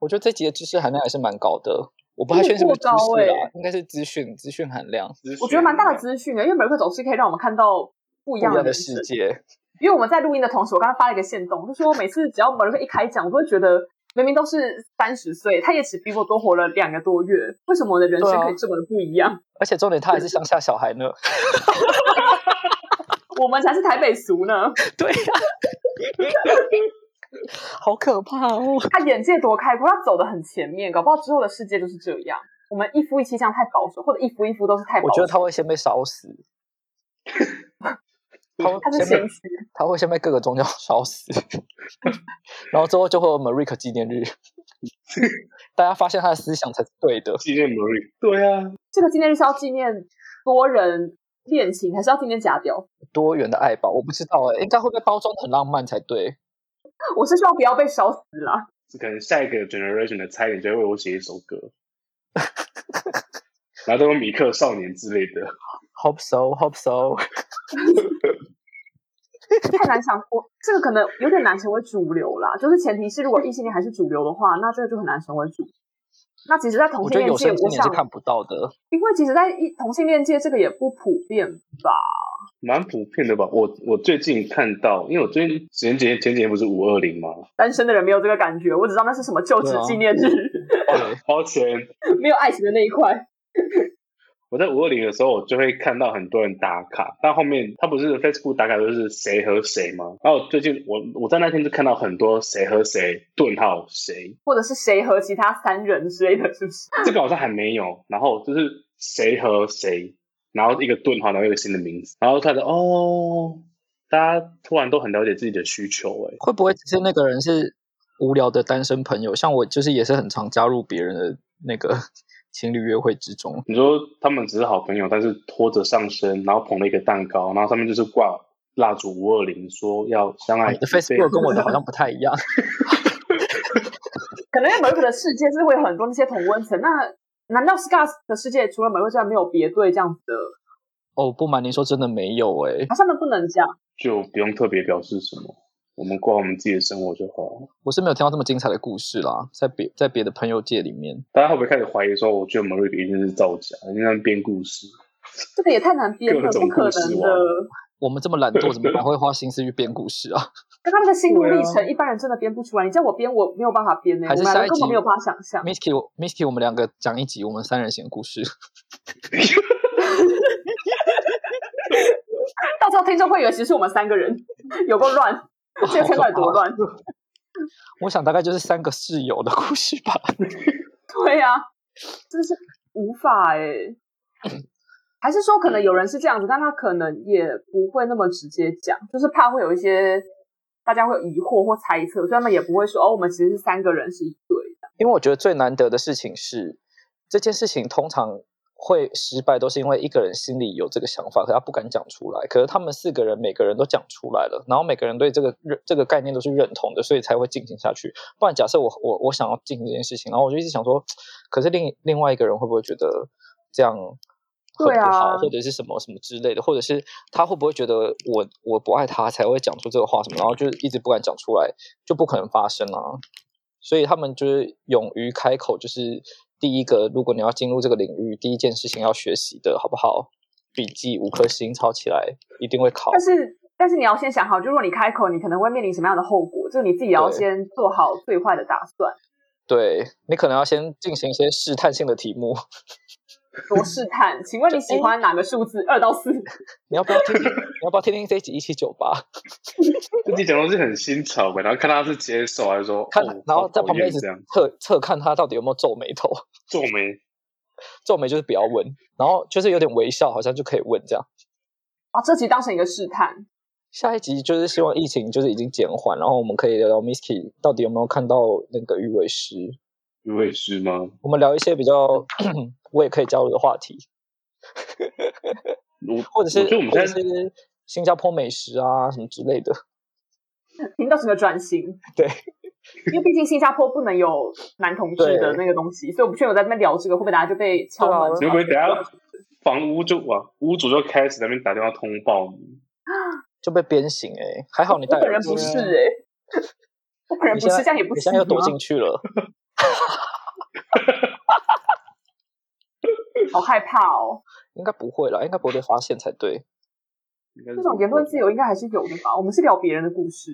[SPEAKER 2] 我觉得这集的知识含量还是蛮高的，我不太
[SPEAKER 3] 真的
[SPEAKER 2] 确定是不是知
[SPEAKER 3] 过高
[SPEAKER 2] 识啦，
[SPEAKER 3] 欸
[SPEAKER 2] 应该是资讯资讯含量，
[SPEAKER 1] 资讯
[SPEAKER 3] 我觉得蛮大的资讯的，因为每个总是可以让我们看到不一
[SPEAKER 2] 不一
[SPEAKER 3] 样
[SPEAKER 2] 样的
[SPEAKER 3] 人
[SPEAKER 2] 世
[SPEAKER 3] 生。
[SPEAKER 2] 界。
[SPEAKER 3] 因为我们在录音的同时，我刚刚发了一个线动，就说每次只要某一个一开讲，我都会觉得明明都是三十岁，他也只比我多活了两个多月，为什么我的人生可以这么的不一样？
[SPEAKER 2] 而且重点他还是乡下小孩呢。
[SPEAKER 3] 我们才是台北俗呢，
[SPEAKER 2] 对啊呀、好可怕哦！
[SPEAKER 3] 他眼界多开阔，他走的很前面，搞不好之后的世界就是这样。我们一夫一妻这样太保守，或者一夫一夫都是太保守。
[SPEAKER 2] 我觉得他会先被烧死，
[SPEAKER 3] 他
[SPEAKER 2] 他会
[SPEAKER 3] 是
[SPEAKER 2] 先
[SPEAKER 3] 先
[SPEAKER 2] 被
[SPEAKER 3] 驱，
[SPEAKER 2] 他会先被各个宗教 烧死， 然后之后就会有 m a r i k 纪念日，大家发现他的思想才是对的。
[SPEAKER 1] 纪念 Marie，对啊，
[SPEAKER 3] 这个纪念日是要纪念多人恋情，还是要纪念假屌？
[SPEAKER 2] 多元的爱吧，我不知道哎、应该会被包装的很浪漫才对。
[SPEAKER 3] 我是希望不要被烧死啦。
[SPEAKER 1] 可能下一个 generation 的差点就会为我写一首歌， 然后都用米克少年之类的。
[SPEAKER 2] Hope so, hope so。
[SPEAKER 3] 太难想，我这个可能有点难成为主流啦。就是前提是，如果异性恋还是主流的话，那这个就很难成为主流。那其实，在同
[SPEAKER 2] 我
[SPEAKER 3] 性
[SPEAKER 2] 觉得
[SPEAKER 3] 恋
[SPEAKER 2] 有
[SPEAKER 3] 界，
[SPEAKER 2] 生
[SPEAKER 3] 我
[SPEAKER 2] 之年是
[SPEAKER 3] 想，
[SPEAKER 2] 看不到的。
[SPEAKER 3] 因为其实，在一同性恋界，这个也不普遍吧。
[SPEAKER 1] 蛮普遍的吧？我我最近看到，因为我最近前几天前几天不是五二零吗？
[SPEAKER 3] 单身的人没有这个感觉，我只知道那是什么就职
[SPEAKER 2] 对啊
[SPEAKER 3] 纪念日，
[SPEAKER 2] 对，
[SPEAKER 1] 抱歉，
[SPEAKER 3] 没有爱情的那一块。
[SPEAKER 1] 我在五二零的时候，我就会看到很多人打卡，但后面他不是 Facebook 打卡都是谁和谁吗？然后最近我我在那天就看到很多谁和谁顿号谁，
[SPEAKER 3] 或者是谁和其他三人之类的，是不是？
[SPEAKER 1] 这个好像还没有，然后就是谁和谁，然后一个顿号，然后一个新的名字，然后看着哦，大家突然都很了解自己的需求、欸，
[SPEAKER 2] 会不会只是那个人是无聊的单身朋友？像我就是也是很常加入别人的那个 情侣约会之中。
[SPEAKER 1] 你说他们只是好朋友，但是拖着上身，然后捧了一个蛋糕，然后上面就是挂蜡烛五二零，说要相
[SPEAKER 3] 哎
[SPEAKER 1] 爱
[SPEAKER 2] 哦你
[SPEAKER 1] 一
[SPEAKER 2] 的
[SPEAKER 1] 辈
[SPEAKER 2] Facebook
[SPEAKER 1] 子
[SPEAKER 2] 跟我的好像不太一样。
[SPEAKER 3] 可能因为 Mariko 的世界是会有很多那些同温层。那难道 Scar 的世界除了 Mariko 之外没有别对这样子的？
[SPEAKER 2] 哦，不瞒您说，真的没有哎、
[SPEAKER 3] 好像他们不能这样。
[SPEAKER 1] 就不用特别表示什么，我们过好我们自己的生活就好了。
[SPEAKER 2] 我是没有听到这么精彩的故事啦，在别在别的朋友界里面，
[SPEAKER 1] 大家会不会开始怀疑说，我觉得 m a r i 一定是造假，一定在编故事？
[SPEAKER 3] 这个也太难编了，
[SPEAKER 1] 各种
[SPEAKER 3] 不可
[SPEAKER 1] 故事
[SPEAKER 3] 能
[SPEAKER 1] 网
[SPEAKER 3] 的。
[SPEAKER 2] 我们这么懒惰，怎么还会花心思去编故事 啊？
[SPEAKER 3] 跟他们的心路
[SPEAKER 1] 对啊
[SPEAKER 3] 历程，一般人真的编不出来。你叫我编，我没有办法编呢、
[SPEAKER 2] 还是
[SPEAKER 3] 我们
[SPEAKER 2] 下
[SPEAKER 3] 俩
[SPEAKER 2] 一
[SPEAKER 3] 根
[SPEAKER 2] 集
[SPEAKER 3] 本没有办法想象。
[SPEAKER 2] Misky 我 Misky，我们两个讲一集我们三人行的故事，
[SPEAKER 3] 到时候听众会以为其实是我们三个人，有够 乱，这个圈到底多乱？
[SPEAKER 2] 我想大概就是三个室友的故事吧。
[SPEAKER 3] 对呀、啊，真的是无法哎、还是说，可能有人是这样子，但他可能也不会那么直接讲，就是怕会有一些大家会有疑惑或猜测，所以他们也不会说哦，我们其实是三个人是一对的。
[SPEAKER 2] 因为我觉得最难得的事情是，这件事情通常会失败，都是因为一个人心里有这个想法，可他不敢讲出来。可是他们四个人每个人都讲出来了，然后每个人对这个认这个概念都是认同的，所以才会进行下去。不然，假设我我我想要进行这件事情，然后我就一直想说，可是另另外一个人会不会觉得这样？很
[SPEAKER 3] 对
[SPEAKER 2] 不
[SPEAKER 3] 啊
[SPEAKER 2] 好，或者是什么什么之类的，或者是他会不会觉得我我不爱他才会讲出这个话什么，然后就一直不敢讲出来，就不可能发生啊。所以他们就是勇于开口，就是第一个，如果你要进入这个领域，第一件事情要学习的好不好？笔记五颗星抄起来，一定会考
[SPEAKER 3] 但。是，但是你要先想好，就如果你开口，你可能会面临什么样的后果，就是你自己要
[SPEAKER 2] 对
[SPEAKER 3] 先做好最坏的打算，
[SPEAKER 2] 对你可能要先进行一些试探性的题目，
[SPEAKER 3] 多试探。 请问你喜欢哪个数字？二到四？
[SPEAKER 2] 你要不要听？你要不要听听这一集一七九八？
[SPEAKER 1] 自己讲东西很新潮呗，然后看他是接受还是说，
[SPEAKER 2] 看，
[SPEAKER 1] 哦、
[SPEAKER 2] 然后
[SPEAKER 1] 好
[SPEAKER 2] 在旁
[SPEAKER 1] 讨
[SPEAKER 2] 边
[SPEAKER 1] 厌
[SPEAKER 2] 一直
[SPEAKER 1] 这样
[SPEAKER 2] 侧侧看他到底有没有皱眉头，
[SPEAKER 1] 皱眉，
[SPEAKER 2] 皱眉就是不要问，然后就是有点微笑，好像就可以问这样。
[SPEAKER 3] 把啊这集当成一个试探。
[SPEAKER 2] 下一集就是希望疫情就是已经减缓，然后我们可以聊聊 Misky 到底有没有看到那个鱼尾狮，
[SPEAKER 1] 你会是吗？
[SPEAKER 2] 我们聊一些比较 我也可以加入的话题，
[SPEAKER 1] 我
[SPEAKER 2] 或者是
[SPEAKER 1] 我觉得我们
[SPEAKER 2] 或
[SPEAKER 1] 现在
[SPEAKER 2] 者是新加坡美食啊什么之类的。
[SPEAKER 3] 频道整个转型，
[SPEAKER 2] 对，
[SPEAKER 3] 因为毕竟新加坡不能有男同志的
[SPEAKER 2] 对
[SPEAKER 3] 那个东西，所以我不确定我在那边聊这个会不会大家就被敲门
[SPEAKER 2] 对啊
[SPEAKER 1] 你会不会等下房屋就哇，屋主就开始在那边打电话通报你？
[SPEAKER 2] 就被鞭刑哎、还好你
[SPEAKER 3] 我
[SPEAKER 2] 戴
[SPEAKER 3] 本人
[SPEAKER 2] 耳机
[SPEAKER 3] 不是
[SPEAKER 2] 啊
[SPEAKER 3] 哎、我本人不
[SPEAKER 2] 你现
[SPEAKER 3] 是，
[SPEAKER 2] 在
[SPEAKER 3] 这样也不
[SPEAKER 2] 你
[SPEAKER 3] 行
[SPEAKER 2] 现在又躲
[SPEAKER 3] 吗
[SPEAKER 2] 进去了。
[SPEAKER 3] 好害怕哦。
[SPEAKER 2] 应该不会啦，应该不会被发现才对。
[SPEAKER 1] 应该是
[SPEAKER 3] 这种言论自
[SPEAKER 1] 由
[SPEAKER 3] 由应该还是有的吧？我们是聊别人的故事，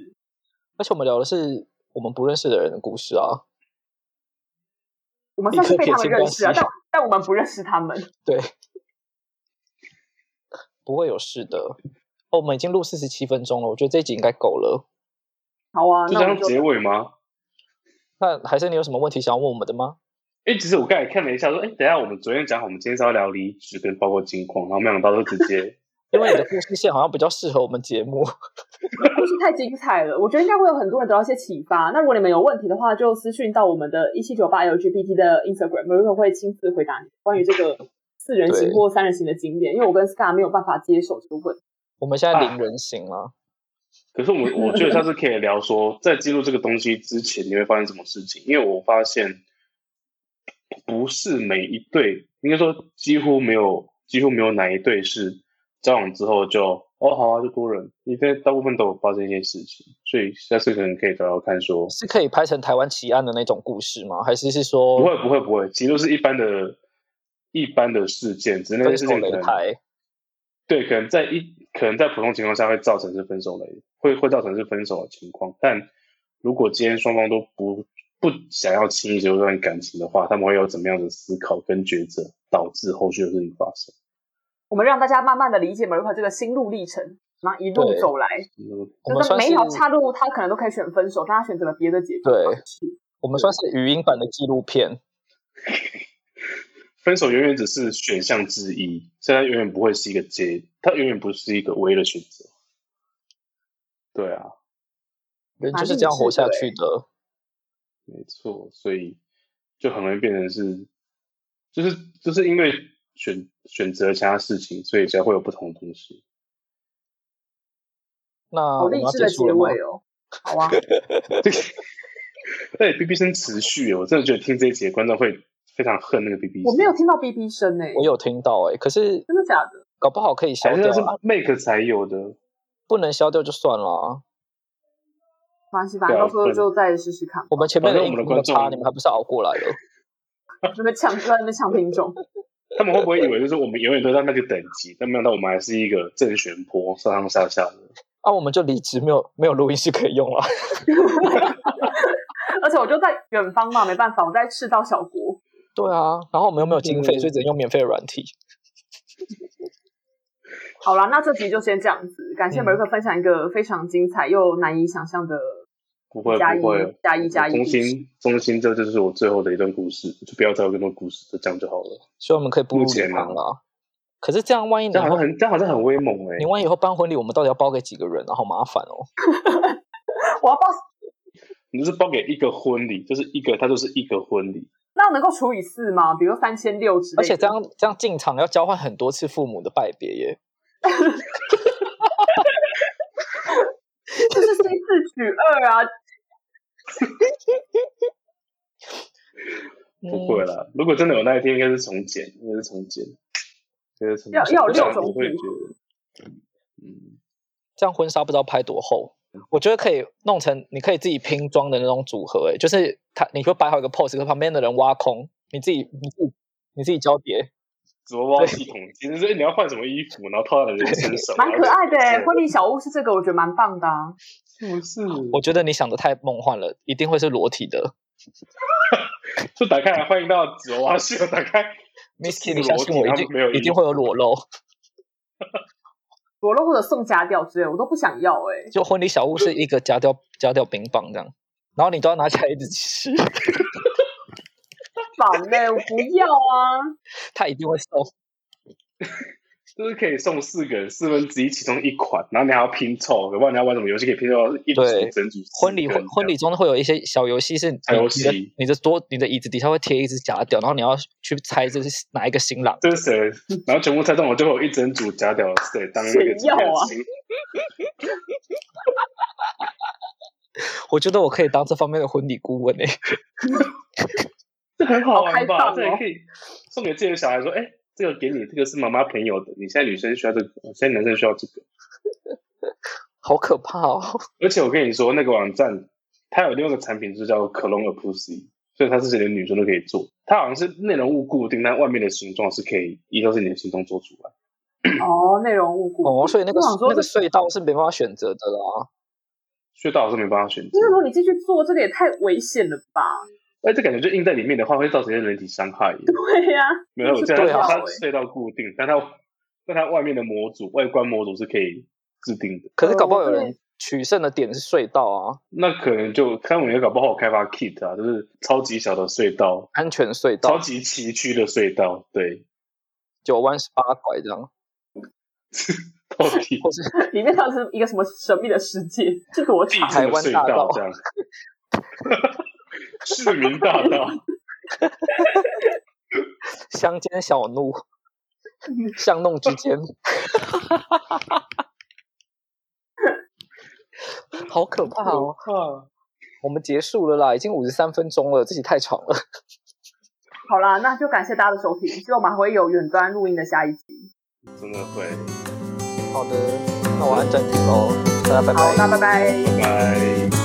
[SPEAKER 2] 而且我们聊的是我们不认识的人的故事啊，
[SPEAKER 3] 我们算是被他们认识了，
[SPEAKER 2] 立刻撇清关系
[SPEAKER 3] 但但我们不认识他们。
[SPEAKER 2] 对，不会有事的。哦，我们已经录四十七分钟了，我觉得这一集应该够了。
[SPEAKER 3] 好啊，
[SPEAKER 1] 就
[SPEAKER 3] 那
[SPEAKER 1] 这
[SPEAKER 3] 我们
[SPEAKER 1] 样
[SPEAKER 3] 就
[SPEAKER 1] 结尾吗？
[SPEAKER 2] 那还是你有什么问题想要问我们的吗？
[SPEAKER 1] 哎，其实我刚才看了一下，说，哎，等一下我们昨天讲好，我们今天是要聊离职跟包括金矿，然后没想到就直 接
[SPEAKER 2] 因为你的故事线好像比较适合我们节目。
[SPEAKER 3] 故事太精彩了，我觉得应该会有很多人得到一些启发。那如果你们有问题的话，就私讯到我们的一七九八 LGBT 的 Instagram，我有可能会亲自回答你关于这个四人行
[SPEAKER 2] 对
[SPEAKER 3] 或三人行的经验，因为我跟 Scar 没有办法接受这个问题。
[SPEAKER 2] 我们现在
[SPEAKER 1] 啊
[SPEAKER 2] 零人行了，
[SPEAKER 1] 可是我们我觉得下次可以聊说，在记录这个东西之前，你会发生什么事情？因为我发现，不是每一对，应该说几乎没有，几乎没有哪一对是交往之后就哦好啊就多人，因为大部分都有发生一些事情，所以下次可能可以聊聊看
[SPEAKER 3] 哦
[SPEAKER 1] 说，
[SPEAKER 2] 是可以拍成台湾奇案的那种故事吗？还是是
[SPEAKER 1] 不
[SPEAKER 2] 说
[SPEAKER 1] 会不会不会，其实都是一般的。一般的事件，只是那些
[SPEAKER 2] 分
[SPEAKER 1] 事
[SPEAKER 2] 手
[SPEAKER 1] 情可
[SPEAKER 2] 擂
[SPEAKER 1] 能
[SPEAKER 2] 台？
[SPEAKER 1] 对，可能在一可能在普通情况下会造成是分手的，会会造成是分手的情况。但如果今天双方都不不想要轻易结束这段感情的话，他们会有怎么样的思考跟抉择，导致后续的事情发生？
[SPEAKER 3] 我们让大家慢慢的理解 m a r i 这个心路历程，然后一路
[SPEAKER 2] 对
[SPEAKER 3] 走来，
[SPEAKER 1] 嗯
[SPEAKER 2] 我
[SPEAKER 3] 就
[SPEAKER 2] 们
[SPEAKER 3] 是
[SPEAKER 2] 算
[SPEAKER 3] 每一
[SPEAKER 2] 是
[SPEAKER 3] 条岔路，他可能都可以选分手，但他选择了别的解决
[SPEAKER 2] 对
[SPEAKER 3] 方式。
[SPEAKER 2] 我们算是语音版的纪录片，
[SPEAKER 1] 分手永远只是选项之一，现在永远不会是一个结，它永远不是一个唯一的选择。对啊，
[SPEAKER 2] 人
[SPEAKER 3] 蛮
[SPEAKER 2] 就是
[SPEAKER 3] 励
[SPEAKER 2] 这样活
[SPEAKER 3] 志
[SPEAKER 2] 下
[SPEAKER 3] 的欸
[SPEAKER 2] 去的。
[SPEAKER 1] 没错，所以就很容易变成是，就是就是因为选选择其他事情，所以才会有不同的东西。
[SPEAKER 2] 那
[SPEAKER 3] 好
[SPEAKER 2] 啊我们
[SPEAKER 3] 励
[SPEAKER 2] 要
[SPEAKER 3] 志
[SPEAKER 2] 结
[SPEAKER 3] 的
[SPEAKER 2] 束
[SPEAKER 3] 结
[SPEAKER 2] 了吗？
[SPEAKER 3] 尾哦。好 啊，
[SPEAKER 1] 对，B B 声持续，我真的觉得听这一集的观众会非常恨那个 B B 声。
[SPEAKER 3] 我没有，听到 B B 声呢、欸
[SPEAKER 2] 我有听到哎、可是
[SPEAKER 3] 真的假的？
[SPEAKER 2] 搞不好可以消
[SPEAKER 1] 还是
[SPEAKER 2] 掉
[SPEAKER 1] 那是
[SPEAKER 2] 啊，
[SPEAKER 1] Make 才有 的。
[SPEAKER 2] 不能消掉就算了啊。
[SPEAKER 3] 没关系，反正到时候
[SPEAKER 1] 对啊
[SPEAKER 3] 就再试试看。
[SPEAKER 2] 我们前
[SPEAKER 1] 反
[SPEAKER 2] 面
[SPEAKER 1] 正我
[SPEAKER 2] 的音
[SPEAKER 1] 们的
[SPEAKER 2] 频
[SPEAKER 1] 观
[SPEAKER 2] 的
[SPEAKER 1] 众
[SPEAKER 2] 差，你们还不是熬过来了？
[SPEAKER 3] 那边抢，在那边抢品种。
[SPEAKER 1] 他们会不会以为就是我们永远都在那个等级，但没想到我们还是一个正弦波上上下下的？
[SPEAKER 2] 啊，我们就离职，没有没有录音室可以用啊了。
[SPEAKER 3] 而且我就在远方嘛，没办法，我在赤道小国。
[SPEAKER 2] 对啊，然后我们又没有经费，
[SPEAKER 1] 嗯
[SPEAKER 2] 所以只能用免费的软体。
[SPEAKER 3] 好啦，那这集就先这样子，感谢
[SPEAKER 2] 嗯
[SPEAKER 3] 梅克分享一个非常精彩又难以想象的
[SPEAKER 1] 不会
[SPEAKER 3] 加一
[SPEAKER 1] 不会，
[SPEAKER 3] 加一加一
[SPEAKER 1] 中
[SPEAKER 3] 故
[SPEAKER 1] 心中心，这就是我最后的一段故事，就不要再有更多故事，就这样就好了。
[SPEAKER 2] 所以我们可以步入
[SPEAKER 1] 目前
[SPEAKER 2] 礼
[SPEAKER 1] 呢
[SPEAKER 2] 堂了。可是这样，
[SPEAKER 3] 嗯
[SPEAKER 2] 万一你
[SPEAKER 1] 这样好
[SPEAKER 2] 会
[SPEAKER 1] 像很这样好像很威猛哎、
[SPEAKER 2] 你万一以后办婚礼，我们到底要包给几个人啊？好麻烦哦。
[SPEAKER 3] 我要报，
[SPEAKER 1] 你就是包给一个婚礼，就是一个，它就是一个婚礼。
[SPEAKER 3] 那能够除以四吗？比如三千六之类的。
[SPEAKER 2] 而且这样这样进场要交换很多次父母的拜别耶。
[SPEAKER 3] 就是 C 四取二啊，
[SPEAKER 1] 不会
[SPEAKER 2] 嗯
[SPEAKER 1] 啦，
[SPEAKER 3] 嗯
[SPEAKER 1] 如果真的有那一天，应该是重剪，应该是重剪，应该是重剪。
[SPEAKER 3] 要要
[SPEAKER 1] 不
[SPEAKER 3] 有
[SPEAKER 1] 然
[SPEAKER 3] 六种
[SPEAKER 1] 我会
[SPEAKER 3] 组
[SPEAKER 1] 觉得，嗯，
[SPEAKER 2] 这样婚纱不知道拍多厚，我觉得可以弄成你可以自己拼装的那种组合，哎，就是他你会摆好一个 pose，可是旁边的人挖空，你自己你自己你自己交叠，
[SPEAKER 1] 左包系统，其实是你要换什么衣服，然后套在人身上，啊
[SPEAKER 3] 蛮可爱的
[SPEAKER 1] 然
[SPEAKER 3] 欸。
[SPEAKER 1] 后
[SPEAKER 3] 婚礼小屋是这个，我觉得蛮棒的啊。
[SPEAKER 1] 是不是？
[SPEAKER 2] 我觉得你想的太梦幻了，一定会是裸体的。
[SPEAKER 1] 就打开来，欢迎到紫娃娃秀，打开
[SPEAKER 2] Misty，
[SPEAKER 1] 是
[SPEAKER 2] 你相信我，
[SPEAKER 1] 裸
[SPEAKER 2] 一
[SPEAKER 1] 体
[SPEAKER 2] 定
[SPEAKER 1] 他们没有
[SPEAKER 2] 一
[SPEAKER 1] 衣
[SPEAKER 2] 定
[SPEAKER 1] 服
[SPEAKER 2] 会有裸露。
[SPEAKER 3] 裸露或者送假掉之类，我都不想要哎、
[SPEAKER 2] 就婚礼小物是一个夹掉夹掉冰棒这样，然后你都要拿起来一直吃，
[SPEAKER 3] 烦呢、我不要啊。
[SPEAKER 2] 他一定会瘦。
[SPEAKER 1] 就是可以送四个人四分之一其中一款，然后你还要拼凑，要不然你要玩什么游戏可以拼凑到一组
[SPEAKER 2] 对
[SPEAKER 1] 整组四
[SPEAKER 2] 婚礼
[SPEAKER 1] 个
[SPEAKER 2] 婚
[SPEAKER 1] 人
[SPEAKER 2] 婚礼中会有一些小游戏是你
[SPEAKER 1] 小游
[SPEAKER 2] 你的
[SPEAKER 1] 戏
[SPEAKER 2] 你的桌你的椅子底下会贴一只假屌，然后你要去猜这是哪一个新郎。
[SPEAKER 1] 这是谁？然后全部猜中，我就会有一整组假屌谁当那个
[SPEAKER 3] 谁要啊
[SPEAKER 1] 纪念品
[SPEAKER 2] 我觉得我可以当这方面的婚礼顾问诶、欸
[SPEAKER 1] 这很好
[SPEAKER 3] 好开
[SPEAKER 1] 玩吧？
[SPEAKER 3] 放
[SPEAKER 1] 这也
[SPEAKER 3] 哦
[SPEAKER 1] 可以送给自己的小孩说：“哎、这个给你，这个是妈妈朋友的。你现在女生需要这个，呃现在男生需要这个。 呃
[SPEAKER 2] 好可怕哦！”
[SPEAKER 1] 而且我跟你说，那个网站它有另外一个产品，就叫做 Clone a Pussy，所以它是连女生都可以做。它好像是内容物固定，但外面的形状是可以依照自己的形状做出来。
[SPEAKER 3] 哦，内容误故。
[SPEAKER 2] 哦，所以那个
[SPEAKER 3] 我想说呃
[SPEAKER 2] 那个
[SPEAKER 3] 这
[SPEAKER 2] 隧道是没办法选择的啦。
[SPEAKER 1] 隧道是没办法选择
[SPEAKER 3] 就是，如果你继续做，这个也太危险了吧？
[SPEAKER 1] 哎，这感觉就印在里面的话，会造成人体伤害耶。
[SPEAKER 3] 对呀、
[SPEAKER 1] 没有，
[SPEAKER 3] 是
[SPEAKER 1] 这样
[SPEAKER 2] 对啊
[SPEAKER 1] 它隧道固定，但它但它外面的模组、外观模组是可以制定的。
[SPEAKER 2] 可是搞不好有
[SPEAKER 3] 呃我
[SPEAKER 2] 人取胜的点是隧道啊，
[SPEAKER 1] 那可能就看我们有搞不好开发 kit 啊，就是超级小的隧道，
[SPEAKER 2] 安全隧
[SPEAKER 1] 超
[SPEAKER 2] 道，
[SPEAKER 1] 级崎岖的隧道，对，
[SPEAKER 2] 九弯十八拐这样，
[SPEAKER 1] 到底
[SPEAKER 2] 或是
[SPEAKER 3] 里面像是一个什么神秘的世界， 是多
[SPEAKER 1] 地
[SPEAKER 3] 长？
[SPEAKER 1] 图的
[SPEAKER 2] 湾
[SPEAKER 1] 隧
[SPEAKER 2] 大道
[SPEAKER 1] 这样， 市民大 道，
[SPEAKER 2] 乡间小路，巷弄之 间，好可怕哦！
[SPEAKER 1] 哦，
[SPEAKER 2] 我们结束了啦，已经五十三分钟了，这集太长了。
[SPEAKER 3] 好啦，那就感谢大家的收听，希望我们还会有远端录音的下一集。
[SPEAKER 1] 真的会，
[SPEAKER 2] 好的，那我按暂停喽，大家拜
[SPEAKER 3] 好
[SPEAKER 2] 拜，。
[SPEAKER 3] 那拜拜。
[SPEAKER 1] 拜拜。